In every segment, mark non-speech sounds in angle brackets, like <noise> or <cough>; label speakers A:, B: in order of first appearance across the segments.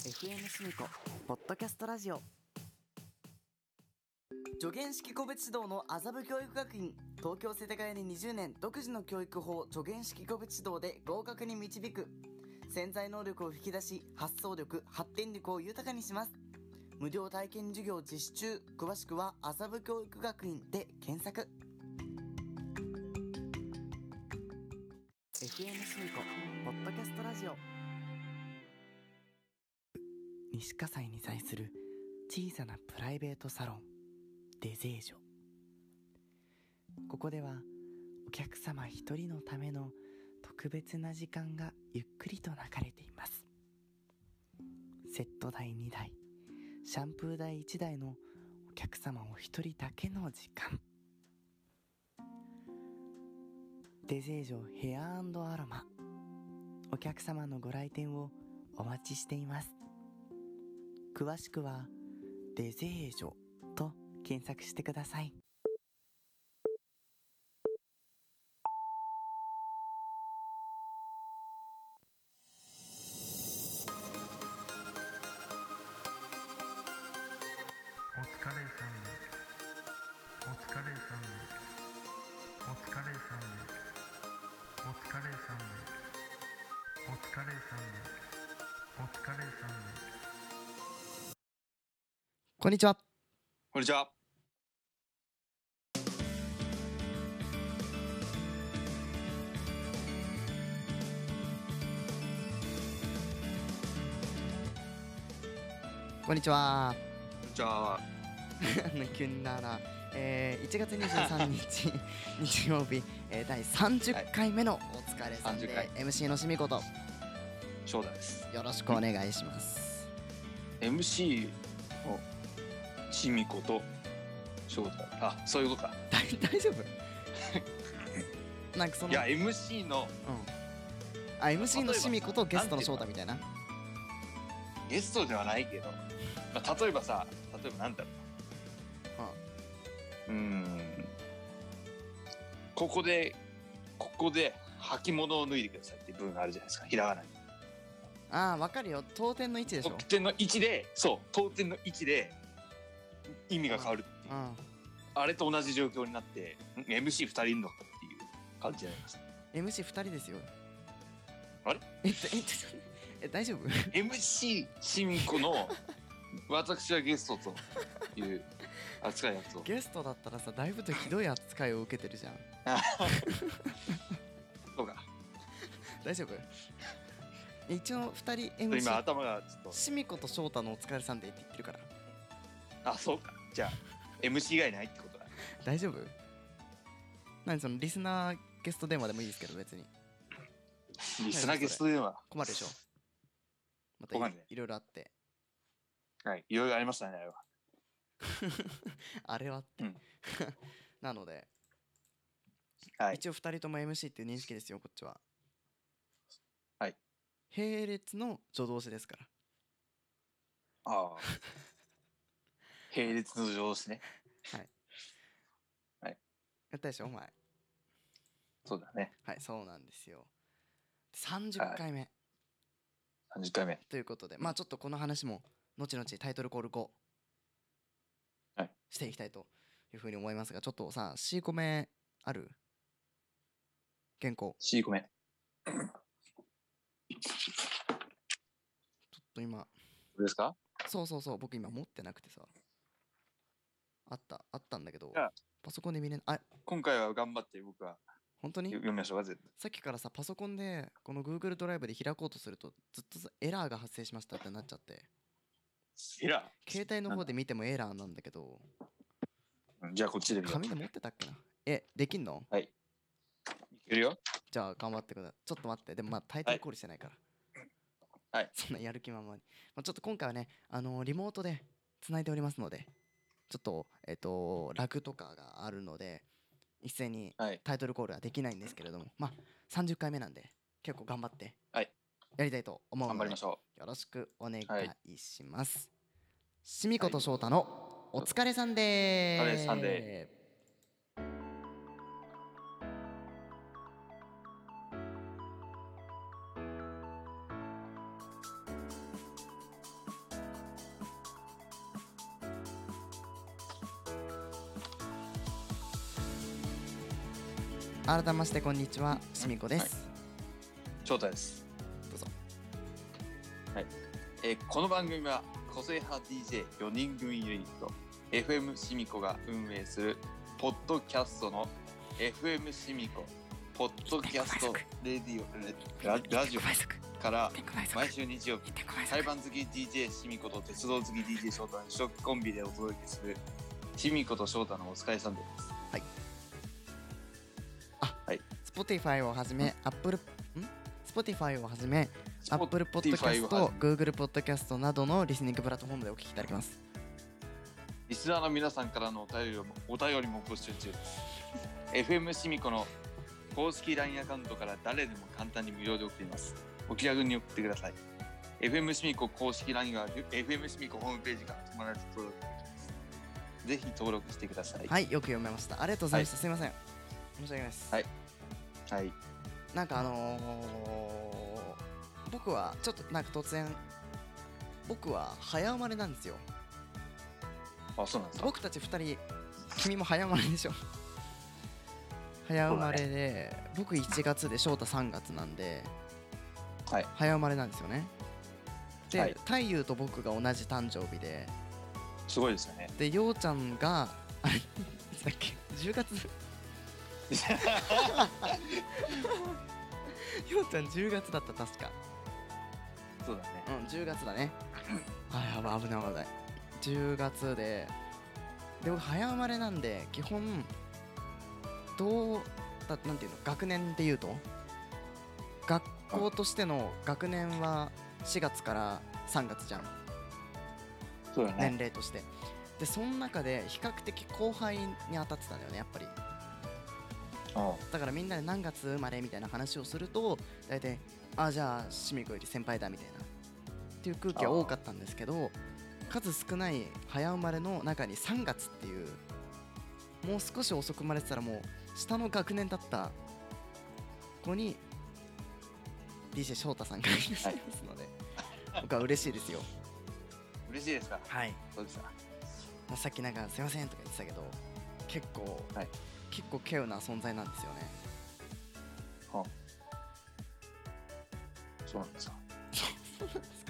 A: FM シミコポッドキャストラジオ助言式個別指導の麻布教育学院東京世田谷に20年独自の教育法助言式個別指導で合格に導く潜在能力を引き出し発想力発展力を豊かにします無料体験授業実施中詳しくは麻布教育学院で検索 FM シミコポッドキャストラジオ西葛西に在する小さなプライベートサロンデゼージョここではお客様一人のための特別な時間がゆっくりと流れていますセット代2台シャンプー台1台のお客様お一人だけの時間デゼージョヘアアロマお客様のご来店をお待ちしています詳しくは「デゼージョ」と検索してください
B: お疲れさんです。お疲れさんです。お疲れさんです。お疲れさんです。お疲れさんです。お疲れさんです。
A: こんにちは
C: こんにちは。
A: こんにちは <laughs>
C: こんにちは。
A: キュンラーラえー、1月23日 <laughs> 日曜日、えー、第30回目のお疲れさんで、
C: 30回
A: MC のしみこと
C: 翔太です。
A: よろしくお願いし <laughs> ます、
C: MC のちみこと翔太。あ、そういうことか。
A: 大大丈夫 <laughs> なんかその
C: いや、MC の
A: あ MC のしみことゲストの
C: 例えば
A: 翔太みたいな
C: ゲストではないけど、まあ、例えばさ、例えばなんだろう。うーん。ここで、ここで履物を脱いでくださいっていう部分があるじゃないですか。ひらがなに。
A: ああわかるよ当店の位置でしょ
C: 得点の位置で、そう、当点の位置で意味が変わるっていう
A: う。ん
C: あれと同じ状況になって、ん MC2 人いるのかっていう感じになります。 <laughs>
A: MC2 人ですよ
C: あれ
A: えっとえっとちょえ大丈夫
C: MC シミコの私はゲストという扱いやつを
A: ゲストだったらさだいぶとひどい扱いを受けてるじゃん
C: とか
A: 大丈夫一応二人
C: 今
A: MC
C: 頭がちょっと
A: しみこと翔太のお疲れさんでって言ってるから
C: あそうかじゃあ MC 以外ないってことだ
A: 大丈夫何そのリスナーゲスト電話でもいいですけど別に
C: リスナーゲスト電話
A: 困るでしょまた
C: 困
A: い,、
C: るね
A: いろいろあって <laughs>
C: はいいろいろありましたねあれは
A: あれはって、
C: うん
A: <laughs> なので、
C: はい
A: 一応二人とも MC っていう認識ですよこっちは
C: はい
A: 並列の助動詞ですから
C: ああ並列の上司ね
A: やったでしょお前
C: そうだね
A: はいそうなんですよ30回目、
C: 30回目
A: ということでまあちょっとこの話も後々タイトルコール後、
C: はい
A: していきたいというふうに思いますがちょっとさ C コメある原稿
C: C コメ
A: ちょっと今
C: これですか
A: そうそうそう僕今持ってなくてさあったあったんだけど
C: じゃあ
A: パソコンで見れないあ
C: 今回は頑張って僕は
A: 本当に
C: 読みましょうか絶対
A: さっきからさパソコンでこの Google ドライブで開こうとするとずっとさエラーが発生しましたってなっちゃって
C: いや
A: 携帯の方で見てもエラーなんだけど
C: うんじゃあこっちで見よう
A: 紙で持ってたっけなえできんの
C: いけるよ
A: じゃあ頑張ってくださいちょっと待ってでもまあタイトルコールしてないから
C: はい
A: そんなやる気満々に、まあ、ちょっと今回はねあのーリモートでつないでおりますのでちょっとえっ、とラグとかがあるので一斉に
C: はい
A: タイトルコールはできないんですけれどもまあ30回目なんで結構頑張って
C: はい
A: やりたいと思うの
C: 頑
A: で
C: 張りましょ
A: よろしくお願
C: はい
A: します。しみこと翔太のお疲れさんでー
C: お疲れさんで
A: ー改めましてこんにちはすみこです、
C: 翔太です
A: どうぞ
C: はい、えーこの番組は個性派 DJ4 人組ユニット FM シミコが運営するポッドキャストの FM シミコポッドキャストレディオララジオから毎週日曜日裁判好き DJ シミコと鉄道好き DJ 翔太の初期コンビでお届けするシミコと翔太のお疲れさんでです。
A: Spotify をはじめ Apple ん Spotify をはじめ Apple
C: Spotify
A: Podcast
C: をはじめ
A: Google Podcast などのリスニングプラットフォームでお聞きいただけます
C: リスナーの皆さんからのお便りもお便りも募集中です。FM シミコの公式 LINE アカウントから誰でも簡単に無料で送っています。お気軽に送ってください。FM シミコ公式 LINE は FM シミコホームページから友達登録できます。ぜひ登録してください。
A: はいよく読めましたありがとうございました、すいません申し訳ないです、
C: はいはい。
A: なんかあのー僕はちょっとなんか突然僕は早生まれなんですよ
C: あ、そうなんですか。
A: 僕たち二人君も早生まれでしょ早生まれで、僕1月で翔太3月なんで
C: はい。
A: 早生まれなんですよねで、
C: はい
A: 太夫と僕が同じ誕生日です
C: ごいですよね。
A: でようちゃんがあれいつだっけ10月
C: <laughs>
A: ようちゃん10月だった確か
C: そうだね。
A: うん10月だねあやばい危ない危ない10月でで僕早生まれなんで基本どうだなんていうの学年でいうと学校としての学年は4月から3月じゃん
C: そうだ
A: 年
C: ね。
A: 齢としてでその中で比較的後輩に当たってたんだよねやっぱり
C: うん。
A: だからみんなで何月生まれみたいな話をすると大体あじゃあシミ子より先輩だみたいなっていう空気は多かったんですけど数少ない早生まれの中に3月っていうもう少し遅く生まれてたらもう下の学年だった子に DJ 翔太さんがいらっしゃいますので、僕は嬉しいですよ
C: 嬉しいですか。
A: はい
C: そうですか。
A: まあさっきなんか「すいません」とか言ってたけど結構、
C: はい
A: 結構稀有な存在なんですよね
C: うん。そうなんですか。
A: そうなんです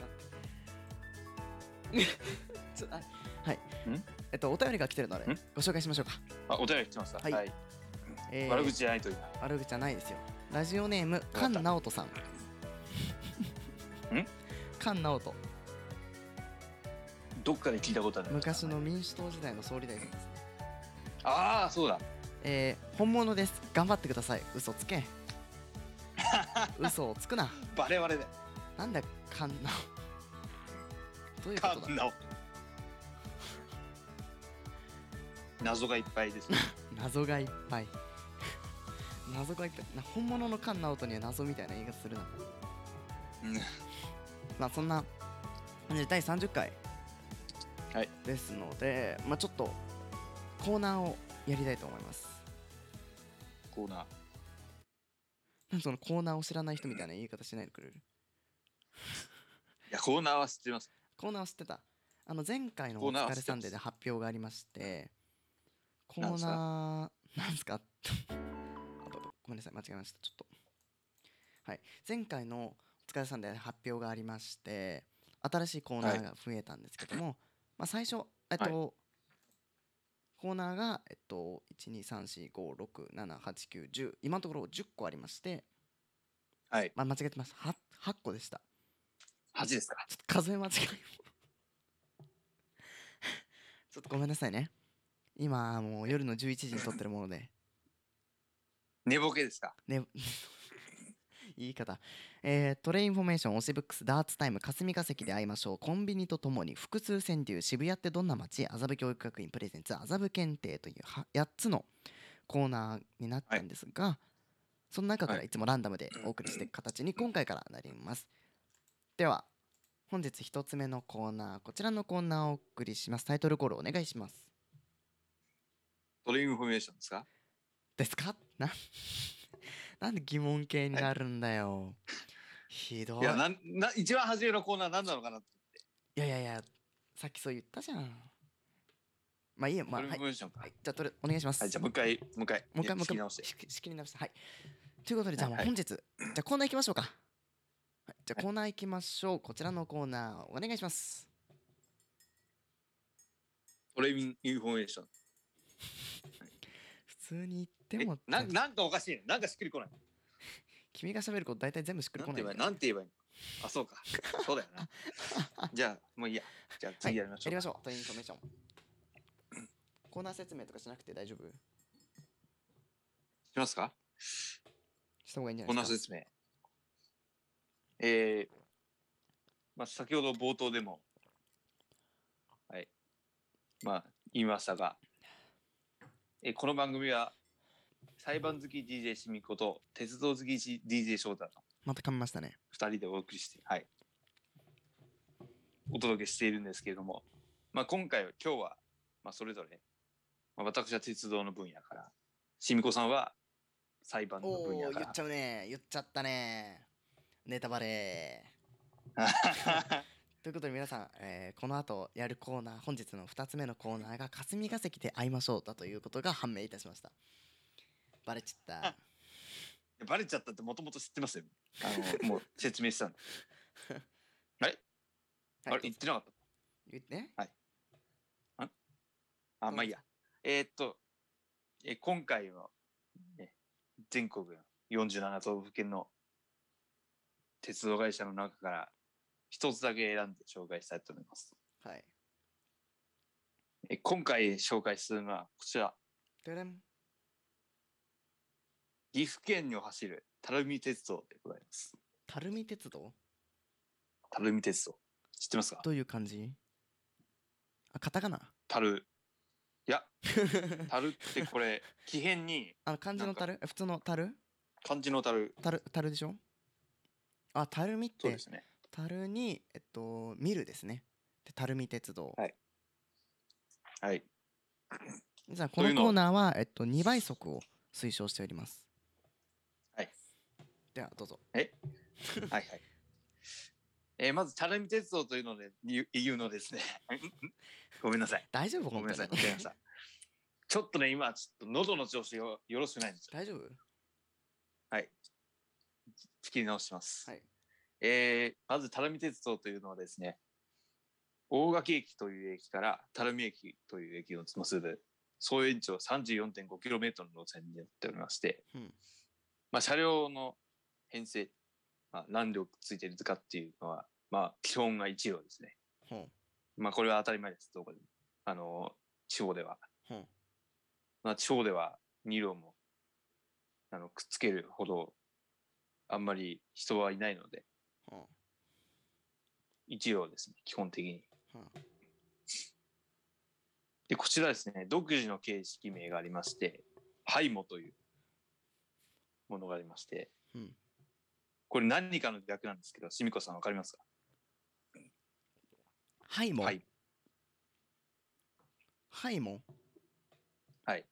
A: か
C: <laughs>
A: ちょあはい
C: ん
A: えっとお便りが来てるので
C: ん
A: ご紹介しましょうか、
C: あ、お便り来てますか。
A: はい
C: はい。
A: えー
C: 悪口じゃないという。
A: 悪口じゃないですよラジオネーム菅直人さん
C: ん
A: 菅直人
C: どっかで聞いたことある。
A: 昔の。民主党時代の総理大臣です、
C: ああ、そうだ。
A: えー本物です頑張ってください嘘つ
C: <laughs>
A: け嘘をつくな
C: バレバレで。
A: なんだ菅直どういうこ
C: カ
A: とだ
C: ンナを。謎がいっぱいですね。
A: 謎がいっぱい謎がいっぱいな本物の菅直人には謎みたいな言い方するなまあそんな感じで第30回
C: はい
A: ですので、まあちょっとコーナーをやりたいと思います
C: コーナー。
A: なんかそのコーナーを知らない人みたいな言い方しないでくれる
C: いや、コーナーは知ってます。
A: コーナーを知ってたあの前回の「
C: コ
A: お
C: ーナーは
A: 疲
C: 知
A: れ
C: ってます
A: サンデー」で発表がありましてコ
C: な
A: ー
C: んですか
A: ナーなんですか <laughs> あぶぶごめんなさい間違えましたちょっとはい前回の「お疲れサンデー」で発表がありまして新しいコーナーが増えたんですけども、まあ最初えっと、コーナーが、えっと、12345678910今のところ10個ありまして、
C: はい。
A: まあ、間違えてました 8, 8個でした
C: 八ですか。
A: ちょっと数え間違いを <laughs> ちょっとごめんなさいね。今もう夜の11時に撮ってるもので、
C: 寝ぼけですか。
A: ね、 <laughs> 言い方、えートレインフォメーション、推しブックス、ダーツタイム、霞が関で会いましょう、コンビニとともに、複数川柳、渋谷ってどんな街、麻布教育学院プレゼンツ、麻布検定というは8つのコーナーになったんですが、その中から
C: はい
A: いつもランダムでお送りしていく形に今回からなります。では、本日1つ目のコーナー、こちらのコーナーをお送りします。タイトルコールお願いします。
C: トレインフォメーションですか。
A: ですかななんで疑問形になるんだよ、ひどい
C: いや、なん、な、一番初めのコーナー、なんなのかな。
A: いやいやいやさっきそう言ったじゃんまあいいよ、ま
C: こ
A: あ、
C: れ
A: はい、
C: も文章か。
A: は、
C: はい
A: じゃあとりあえずお願いします。
C: い、じゃあもう一回、もう
A: もう
C: 一回、
A: 一回、もう一回
C: 仕切り直して。
A: 仕切仕切り直して。はい。ということで、じゃあもう
C: はい
A: 本日、じゃあコーナー行きましょうか。はい、じゃあ
C: はい
A: コーナー行きましょう。こちらのコーナー、お願いします。
C: トレインインフォメーション。
A: 普通に言って
C: え
A: も、
C: ななんかおかしいね。なんかしっくりこない。
A: 君が喋ること大体全部しっくり
C: な
A: こ
C: んて
A: ない
C: 言
A: んだ
C: えばいい
A: よ。
C: なんて言えばいいのあ、そうか。そうだよな。
A: <laughs>
C: じゃあ、もういいや。じゃあ
A: はい
C: 次やりまし
A: や
C: ょう。
A: りましょう。というインフォメーション。コーナー説明とかしなくて大丈夫
C: しますか
A: した方がいいんじゃ
C: こん
A: な
C: ない
A: ですか。
C: 説明。えー、まあ、先ほど冒頭でも、はい、まあ、言いましたが、えーこの番組は、裁判好き DJ しみこと、鉄道好き DJ 翔太の
A: また噛みましたね。
C: 2人でお送りして、はい、お届けしているんですけれども、まあ、今回は、今日は、まあ、それぞれ、まあ、私は鉄道の分野から、しみこさんは裁判の
A: お
C: 分
A: お
C: 野
A: ー、
C: か
A: 言っ
C: ら
A: ち。ゃうね。言っちゃったね。ネタバ <laughs> レということで皆さん、えーこの後やるコーナー本日の2つ目のコーナーが霞が関で会いましょうだということが判明いたしましたバレちゃった
C: バレちゃったってもともと知ってますよ。 <laughs> あの、もう説明したんで。あ
A: は
C: れ
A: い
C: 言ってなかっ
A: 言ってね
C: たあ、まあいいや。えーっと、え今回は、ね、全国の47都道府県の鉄道会社の中から一つだけ選んで紹介したいと思います。
A: はい
C: え今回紹介するのはこちら、
A: どれも
C: 岐阜県を走る垂水鉄道でございます。
A: 垂水鉄道
C: 垂水鉄道。知ってますか
A: どういう感じあカタカ
C: <laughs>
A: ナ
C: 垂、いや、垂ってこ <laughs> れ、奇変に
A: あの漢字の
C: なん
A: 樽普通の樽
C: 漢字の垂、
A: 樽樽でしょあ垂水っ
C: そう
A: て
C: ですね。
A: 樽にえっと見るですねで垂水鉄道、
C: はいはい。
A: じゃあ
C: と
A: こ
C: いう
A: の
C: のを
A: コーナーはえっと2倍速を推奨しております
C: はい
A: ではどうぞ
C: はいはい。えーまず、垂水鉄道というので、言う言うのです <laughs> ね。ごめんなさい。
A: 大丈夫
C: ごめんなさい。
A: 本
C: ご
A: 当
C: め
A: に
C: んなさい。ちょっとね、今、ちょっと喉の調子がよろしくないんですよ。
A: 大丈夫
C: 仕切り直します。
A: はい
C: えーまず、垂水鉄道というのはですね、大垣駅という駅から垂水駅という駅を結ぶ、総延長 34.5km の路線になっておりまして、
A: うん
C: まあ、車両の編成、まあ、何両ついてるかっていうのは、まあ、基本が1両ですね。
A: ほん
C: まあ、これは当たり前です、どこでも。あの、地方では。
A: ほん
C: まあ、地方では2両も、あの、くっつけるほど、あんまり人はいないので、
A: ほん
C: 1両ですね、基本的に。
A: ほん
C: で、こちらですね、独自の形式名がありまして、ハイモというものがありまして、
A: うん
C: これ何かの略なんですけど、しみこさんわかりますか
A: はいも
C: ハイモ
A: はいも
C: はい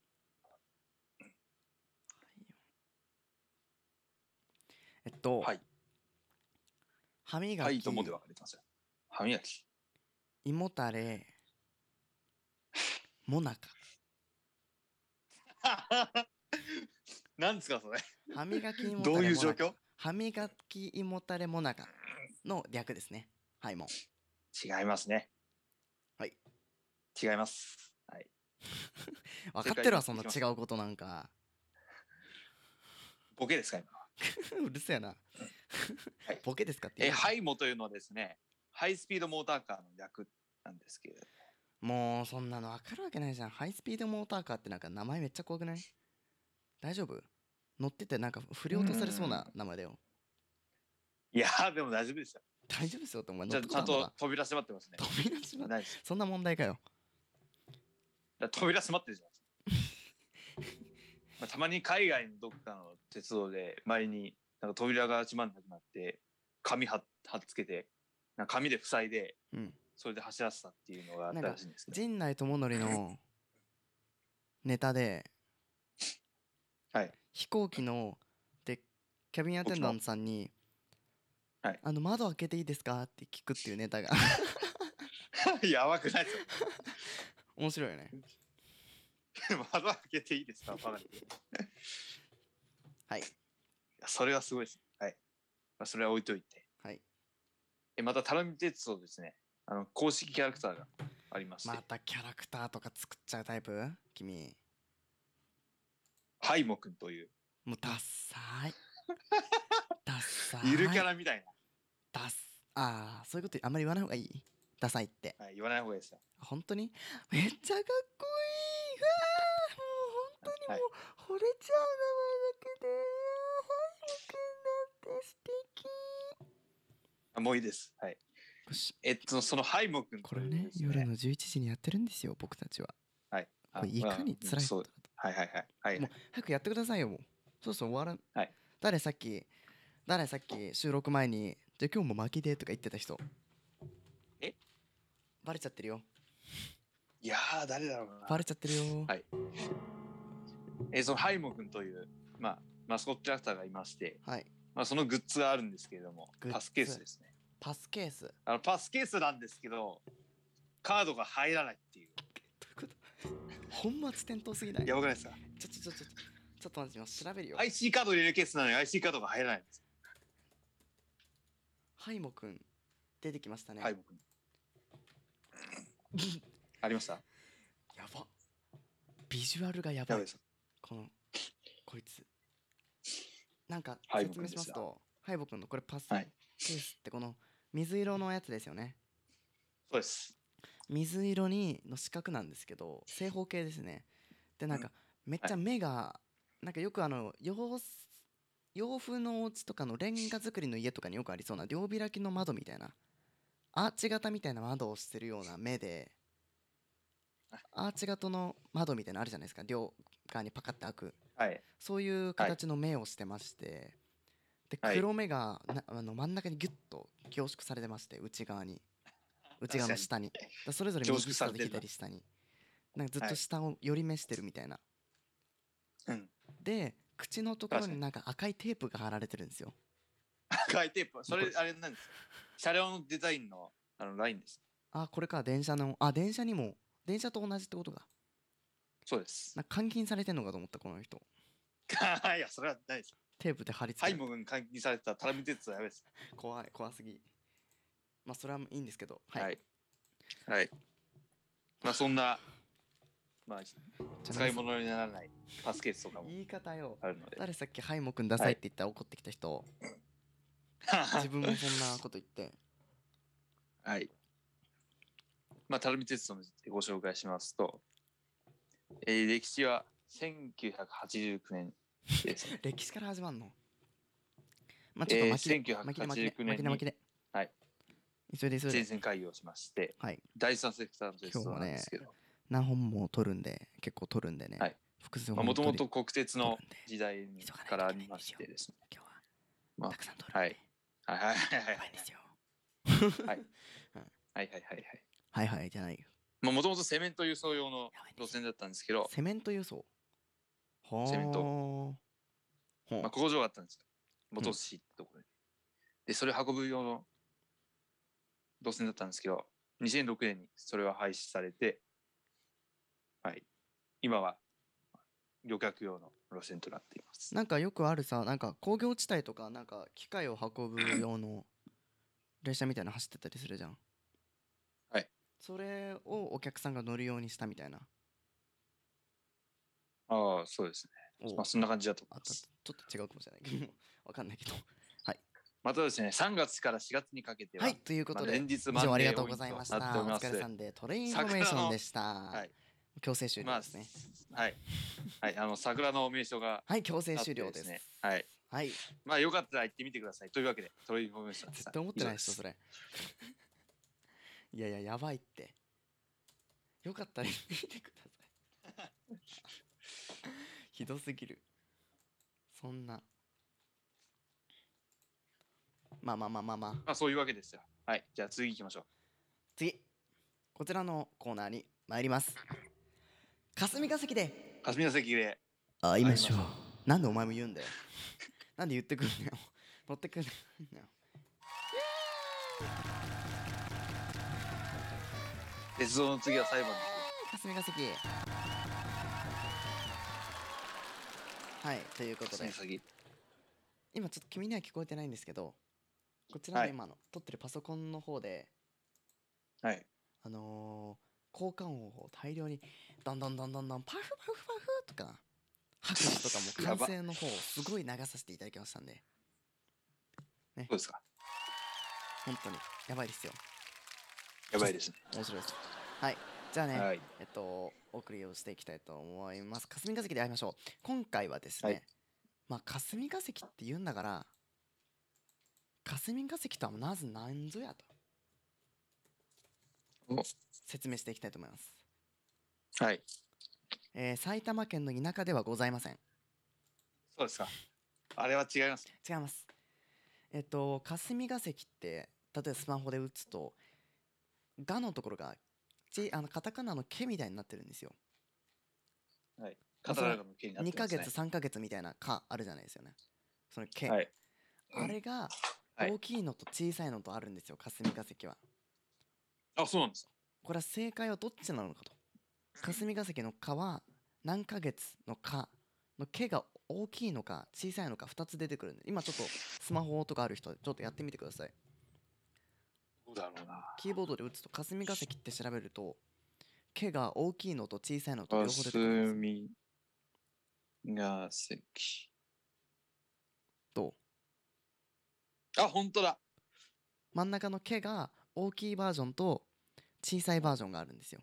A: えっと
C: はい
A: 歯磨き、
C: はい、ともで分かれてますよ。歯磨
A: <laughs>
C: <laughs> き。
A: 胃もたれもなか
C: なんですか、それ。
A: 歯磨き胃もたれ
C: どういう
A: も
C: 状
A: なか
C: 況
A: 歯磨き胃もたれもなかの略ですねはいも
C: 違いますね。
A: はい。
C: 違います。はい。
A: 分かってるわ
C: 正
A: そん
C: 解
A: な
C: に行きま
A: 違
C: す
A: うことなんか
C: ボケですか、今。
A: <laughs> うるせえな
C: はい
A: ボケですかって
C: え、
A: 言う
C: ハイモというのはですね、ハイスピードモーターカーの略なんですけれど。
A: もうそんなの分かるわけないじゃんハイスピードモーターカーってなんか名前めっちゃ怖くない大丈夫乗っててなんか振り落とされそうな名前だよ
C: いやー、でも大丈夫ですよ。
A: 大丈夫ですよってお前
C: じ
A: 乗
C: ゃ
A: っ
C: あ、
A: て
C: ち
A: た
C: ゃ
A: ん
C: ん
A: だ
C: と扉閉まってますね。
A: 飛び出しま
C: ないです。
A: そんな問題かよ
C: だから扉閉まってるじゃないですか。まあ、たまに海外のどっかの鉄道で、前になんか扉が閉まんなくなって、紙は貼っつけて、なんか紙で塞いで、
A: うん
C: それで走らせたっていうのがあったらしいんですけど。
A: 陣内智則のネタで
C: はい
A: 飛行機のでキャビンアテンダントさんに「
C: はい
A: あの窓開
C: <laughs>
A: けていいですか?」って聞くっていうネタが
C: やばくないですよ。
A: <laughs> 面白いよね
C: <laughs> 窓開けていいですかまだ。
A: はい。
C: それはすごいです。はい。まあ、それは置いといて。
A: はい
C: え、また、タラミ鉄道ですね。あの、公式キャラクターがありまして。
A: またキャラクターとか作っちゃうタイプ君
C: ハイモくんという、
A: もうダッ
C: <laughs>
A: サいダッサい
C: ゆるキャラみたい
A: ダッスああそういうことあんまり言わない方がいいダサいって
C: な。はい、言わない方がいいですよ。
A: 本当にめっちゃかっこいいうわーもう本当
C: は
A: に
C: い
A: もう惚れちゃう名前だけで、はい、僕なんて素敵
C: あもういいです。はい。
A: よし
C: えっと、そのハイモくん
A: ことれ
C: いう
A: ね
C: です
A: 夜の11時にやってるんですよ僕たちは
C: あ
A: これいかに辛い
C: そ
A: こと
C: う
A: だと
C: はいはいはい。はい
A: もう早くやってくださいよもうそうそう終わらん、
C: はい
A: 誰さっき誰さっき収録前にじゃあ今日も巻きでとか言ってた人
C: え
A: バレちゃってるよ
C: いやー、誰だろうな。
A: バレちゃってるよ、
C: はいえーそのハイモくんという、まあ、マスコットキャラクターがいまして、
A: はい、
C: まあ、そのグッズがあるんですけれども
A: グッズ
C: パスケースですね
A: パスケースど
C: あのパスケースなんですけどカードが入らないっていう
A: ういうこと <laughs> 本末転倒すぎない
C: やばくないですか
A: ちょちょちょちょちょっと待って今調べるよ。はい。
C: IC カード入れるケースなのに IC カードが入らないんです
A: ハイモくん出てきましたね。
C: ハイモくん <laughs> ありました
A: やば。ビジュアルがやば
C: や
A: い。
C: ばいです
A: このこいつ。なんか
C: ハイモ
A: 説
C: くん
A: 明
C: です
A: し
C: よ
A: ますと、ハイモくんのこれパスケ
C: は
A: ー
C: い
A: スってこの水色のやつですよね。
C: そうです
A: 水色にの四角なんですけど正方形ですね。でなんかめっちゃ目がなんかよくあの洋洋風のお家とかのレンガ造りの家とかによくありそうな両開きの窓みたいなアーチ型みたいな窓をしてるような目でアーチ型の窓みたいなのあるじゃないですか両側にパカッて開く
C: はい
A: そういう形の目をしてまして、で
C: はい
A: 黒目がなあの真ん中にギュッと凝縮されてまして内側に内側の下にだそれぞれ
C: 凝
A: 右
C: 縮
A: 下
C: さ
A: と
C: れてんだ
A: 左下になんかずっ
C: は
A: と
C: い
A: 下を寄り目してるみたいな、
C: うん
A: で口のところ
C: 確か
A: に
C: に
A: なんか赤いテープが貼られてるんですよ
C: 赤いテープそれあれなんですよ車両のデザインのあのラインです
A: あこれか電車のあ電車にも電車と同じってことか
C: そうです
A: なんか監禁されてんのかと思ったこの人
C: <laughs> いやそれはないです
A: テープで貼り付
C: ハ
A: け
C: イ
A: られ
C: モくん監禁されてたらタラミ鉄道はやべえです
A: て怖い怖すぎまあそれはいいんですけど
C: はい。はい。まあそんな、まあ
A: じゃあ
C: 使い物にならないパスケースとかも
A: 言い方よ
C: あるので。
A: 誰さっき「ハイモくんダサい」って言ったら怒ってきた人、自分もそんなこと言って
C: はい。まあ、垂水鉄道についてご紹介しますと、えー歴史は1989年 <laughs> ですね。
A: 歴史から始まんのまあちょっと
C: えー
A: 巻きで、
C: 1989
A: 巻きで巻きで巻き
C: 年
A: で
C: に
A: 巻きで
C: はい
A: 急いで急い
C: 全
A: で
C: 線開業しまして、
A: はい
C: 第三セクターの鉄道なんですけど、
A: 何本も取るんで結構取るんでね、
C: はい
A: 複数
C: まあ
A: 本
C: もとも
A: 取
C: と
A: り
C: 国鉄の
A: 取るんで
C: 時代からありましてですね。
A: 今日は、
C: まあ
A: たくさん取るんで、
C: はいはいはいはいはい
A: やばいんですよ
C: はいはいはいはい。
A: <laughs> はいはいじゃないよ
C: まあもともとセメント輸送用の
A: やばいんで
C: 路
A: すよ
C: 線だったんですけど、
A: セメント輸送ほー
C: セメント
A: ほう
C: まあ、工場があったんですよ。元市ってところに。で、それを運ぶ用の路線だったんですけど、2006年にそれは廃止されて、はい。今は旅客用の路線となっています。
A: なんかよくあるさなんか工業地帯とかなんか機械を運ぶ用の列車みたいなの走ってたりするじゃん
C: はい
A: それをお客さんが乗るようにしたみたいな
C: ああ、そうですね。
A: お
C: まあ、そんな感じだと思
A: あ
C: い
A: た
C: ます
A: ち。ょっと違うかもしれない <laughs> けどわかんないけど
C: またですね、3月から4月にかけては、
A: はいというこ
C: まあ
A: とで、
C: 連日
A: 以
C: マンデー
A: 上ありがとうございましたお
C: 多いとなってお
A: 疲れ
C: り
A: さ
C: ます。
A: んでトレインフォメーションでした、
C: はい
A: 強制終
C: ま
A: 了
C: あ
A: ですね、、
C: はい。はい、あの、桜の名所が、
A: はい強制
C: あって
A: 終了で
C: ですすね。はい。
A: はい
C: まあ、よかったら行ってみてください。というわけで、トレインフォメーションでし
A: 絶
C: た。
A: 対思ってないで
C: 以上
A: し
C: す
A: ょそれ <laughs> いやいややばいってよかったら <laughs> 見てください <laughs> ひどすぎるそんなまあまあまあまあまあ
C: まあそういうわけですよ。はい。じゃあ次行きましょう。
A: 次こちらのコーナーに参ります霞が関で
C: 霞の関で。
A: 会いま
C: ま
A: し
C: し
A: ょ
C: ょ
A: う
C: う
A: なんでお前も言うんだよなんで言ってくんだよ乗ってくんだよ
C: 鉄道の次は裁判です。
A: 霞が関はいということで
C: 霞が関
A: 今ちょっと君には聞こえてないんですけどこちら
C: は
A: の
C: い
A: 今の、撮ってるパソコンの方で
C: はい
A: あのー効果音を大量にどんどんどんどんどんパフパフパフとか拍手とか
C: や
A: も完
C: ば
A: 成の方をすごい流させていただきましたんで
C: どうですか
A: 本当にやばいですよ
C: やばいですね
A: 面白いですはいじゃあね、
C: はい
A: えっとお送りをしていきたいと思います霞が関で会いましょう今回はですね、
C: はい
A: まあ霞が関って言うんだから霞が関とはまず何ぞやと
C: お
A: 説明していきたいと思います、
C: はい
A: えー埼玉県の田舎ではございません
C: そうですかあれは違います
A: 違いますえっと霞が関って例えばスマホで打つと「が」のところがちあのカタカナの「け」みたいになってるんですよ
C: カタラガの毛になって
A: 2ヶ
C: ますね
A: 月3ヶ月みたいな「か」あるじゃないですよねその「け」
C: はい
A: あれが
C: はい
A: 大きいのと小さいのとあるんですよ霞が関は
C: あそうなんですか
A: これは正解はどっちなのかと霞が関の「か」は何ヶ月の「か」の「け」が大きいのか小さいのか2つ出てくるんで今ちょっとスマホとかある人はちょっとやってみてください
C: どうだろうな
A: キーボードで打つと霞が関って調べると「け」が大きいのと小さいのと両方出てくるんですよ
C: 霞が関
A: どう
C: あ本当だ
A: 真ん中の「け」が大きいバージョンと小さいバージョンがあるんですよ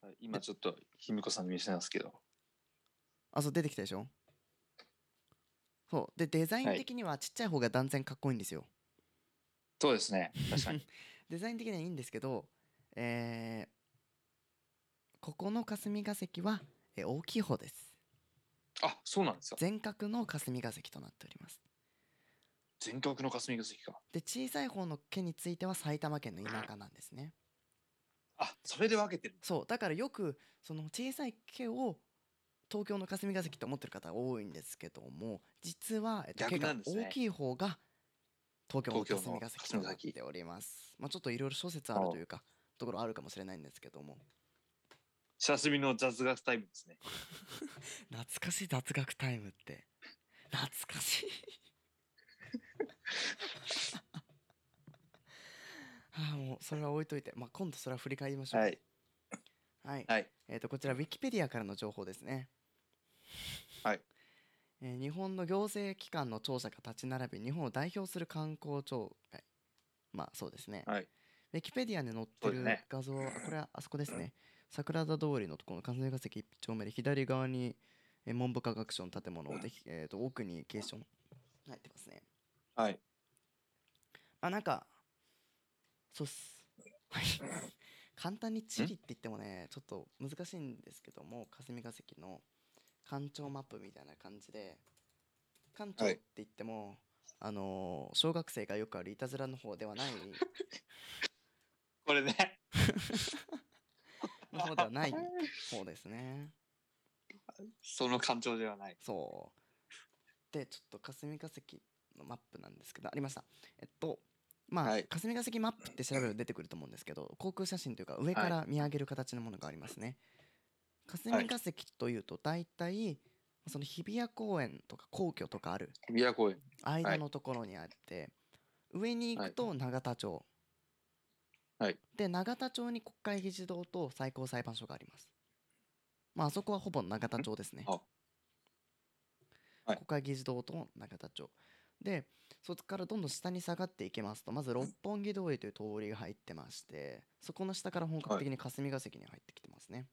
C: はい今ちょっと卑弥呼さんの見せなんですけど
A: あそう出てきたでしょそうでデザイン
C: はい
A: 的にはちっちゃい方が断然かっこいいんですよ、
C: そうですね確かに
A: デザイン的にはいいんですけどえー、ここの霞が関は、えー大きい方です
C: あそうなんですか
A: 全角の霞が関となっております
C: 全国の霞が関か
A: で小さい方の「け」については埼玉県の田舎なんですね
C: あそれで分けてる
A: そうだからよくその小さい毛を東京の霞が関と思ってる方が多いんですけども実は、えっと、毛
C: 逆な
A: が
C: んですね
A: 大きい方が東京の
C: 東京
A: 霞
C: の
A: が関となっております、まあ、ちょっといろいろ諸説あるというかところあるかもしれないんですけども
C: 久しぶりの雑学タイムですね
A: 懐かしい雑学タイムって懐か
C: <laughs>
A: しい <laughs> ああもうそれは置いといて、まあ、今度それは振り返りましょう
C: はい
A: はい
C: はい
A: えー、とこちらウィキペディアからの情報ですね
C: はい、
A: えー日本の行政機関の庁舎が立ち並び日本を代表する観光庁えまあそうですね、
C: はい
A: ウィキペディアに載っ
C: そ
A: てる
C: うですね
A: 画像は、あこれはあそこですね桜田通りのところの関西化石1丁目で左側に、えー文部科学省の建物で、ひえー、と奥に警視庁入ってますね
C: はい
A: あなんかそうっすはい簡単に地理って言ってもねちょっと難しいんですけども霞が関の干潮マップみたいな感じで干潮
C: は
A: っ
C: い
A: て言っても、あのー小学生がよくあるいたずらの方ではない
C: これね
A: の方ではない方ですね
C: その感情ではない
A: そうでちょっと霞が関のマップなんですけどありましたえっとまあ、
C: はい
A: 霞が関マップって調べると出てくると思うんですけど航空写真というか上から見上げる形のものがありますね、霞が関というと大体その日比谷公園とか皇居とかある
C: 宮古園
A: 間のところにあって、上に行くと永田町、
C: はい
A: で永田町に国会議事堂と最高裁判所がありますまああそこはほぼ永田町ですね、
C: んあはい
A: 国会議事堂と永田町でそこからどんどん下に下がっていきますとまず六本木通りという通りが入ってましてそこの下から本格的に霞が関に入ってきてますね、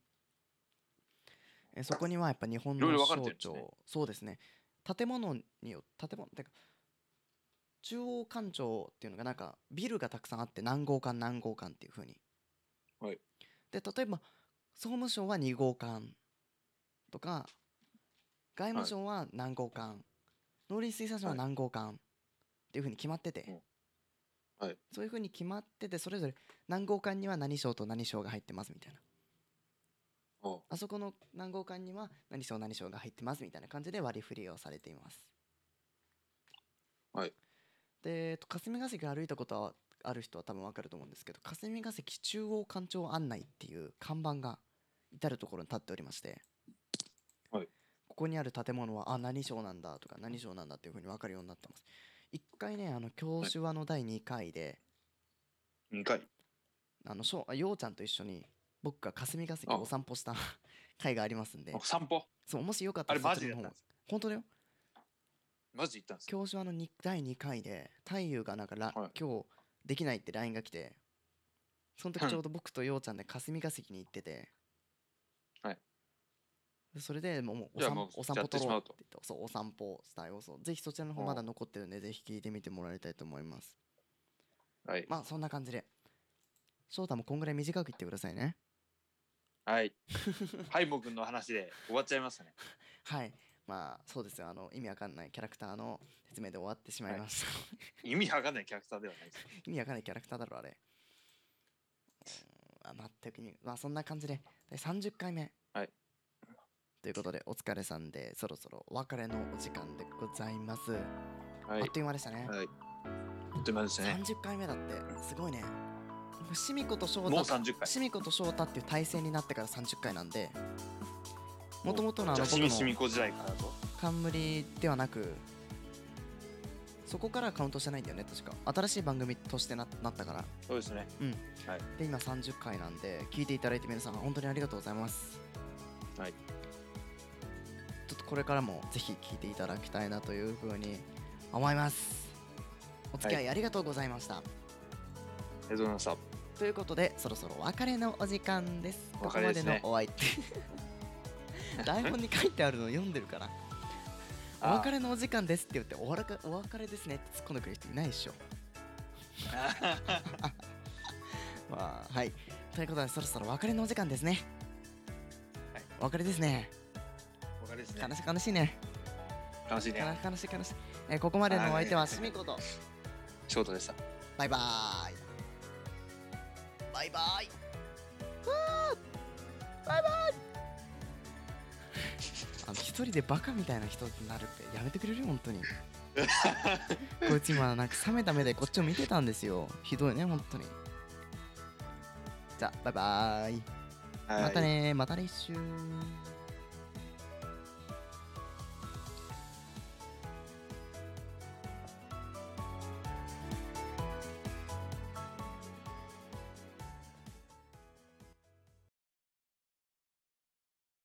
A: えそこにはやっぱ日本
C: いろい
A: の
C: ろ分かれ
A: 省
C: てるんです
A: 庁、
C: ね
A: そうですね建物によ建物てか中央官庁っていうのがなんかビルがたくさんあって何号館何号館っていう風に、
C: はい
A: で例えば総務省は2号館とか外務省は何号館、農林水産省は何号館っていう風に決まってて、
C: うんはい
A: そういう風に決まっててそれぞれ何号館には何省と何省が入ってますみたいな
C: お
A: あそこの何号館には何章何章が入ってますみたいな感じで割り振りをされています。
C: はい。
A: で、えっと霞が関を歩いたことはある人は多分わかると思うんですけど、霞が関中央官庁案内っていう看板が至る所に立っておりまして、
C: はい
A: ここにある建物はあ何章なんだとか何章なんだっていうふうに分かるようになってます一回ねあの教師話の第2回で、
C: 2回。
A: あのしょうようちゃんと一緒に僕が霞が関をお散歩した <laughs> 回がありますんで
C: お散歩
A: そうもしよかった
C: あれ
A: ら
C: マ
A: そ
C: ジ
A: ち
C: で
A: ら
C: や
A: の方が
C: ったんです。
A: 本当だよ
C: マジで行ったんですよ。
A: 教師話のに第2回で太夫がなんか、ら
C: はい
A: 今日できないって LINE が来てその
C: は
A: 時
C: い
A: ちょうど僕とようちゃんで霞が関に行ってて
C: はい
A: それでもうもうお
C: じゃあ
A: 散
C: もう
A: 歩お散
C: や
A: 歩
C: って
A: 取
C: し
A: ろ
C: ま
A: う
C: う
A: って言ってそうお散歩した様子をぜひそちらの方まだ残ってるんでぜひ聞いてみてもらいたいと思います
C: はい。
A: まあそんな感じで翔太もこんぐらい短く言ってくださいね <laughs>
C: はい。ハイモ君の話で終わっちゃいましたね。
A: はいまあそうですよあの意味わかんないキャラクターの説明で終わってしまいました、
C: 意味わかんないキャラクターではないです。
A: 意味わかんないキャラクターだろあれうんあ全く意味まあそんな感じでで30回目
C: はい
A: ということでお疲れさんでそろそろお別れのお時間でございます、
C: は
A: あっという間でしたね、
C: はい。あっという間でしたね。
A: 30回目だってすごいねシミ子と翔
C: もう
A: 太
C: 30回。
A: シミ子と翔太っていう体制になってから30回なんでもともとのあ
C: じゃ
A: の
C: あ、
A: 僕
C: しみしみ
A: の
C: こ時代からと。
A: 冠ではなくそこからカウントしてないんだよね確か新しい番組としてななったから
C: そうですね。
A: で今30回なんで聞いていただいて皆さん本当にありがとうございます
C: はい
A: ちょっとこれからもぜひ聞いていただきたいなというふうに思いますお付き合いありがとうございました、
C: ありがとうございました。
A: ということでそろそろお別れのお時間ですここ
C: お別
A: ま
C: れ
A: で
C: です
A: の
C: ね
A: お相手
C: <laughs>
A: 台本に書いてあるの読んでるからお別れのお時間ですって言っておわらかお別れですねって突っ込んでくる人いないで
C: <laughs>
A: しょ <laughs> まあはいということでそろそろお別れのお時間ですね
C: はい
A: お別れですね
C: お別れですね
A: 悲。しい悲しいね
C: 悲しいね。
A: 悲しい悲しい、えーここまでのお相手はしみこと
C: ショートでした。
A: バイバーイバイバーイうわーバイバーイあの一人でバカみたいな人になるってやめてくれる本当にこいつ今なんか冷めた目でこっちを見てたんですよひどいね本当にじゃあバイバーイまたねまた来週